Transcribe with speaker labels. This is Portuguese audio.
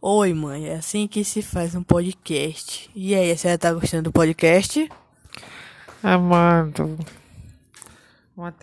Speaker 1: Oi, mãe, é assim que se faz um podcast. E aí, a senhora tá gostando do podcast?
Speaker 2: Amado. Uma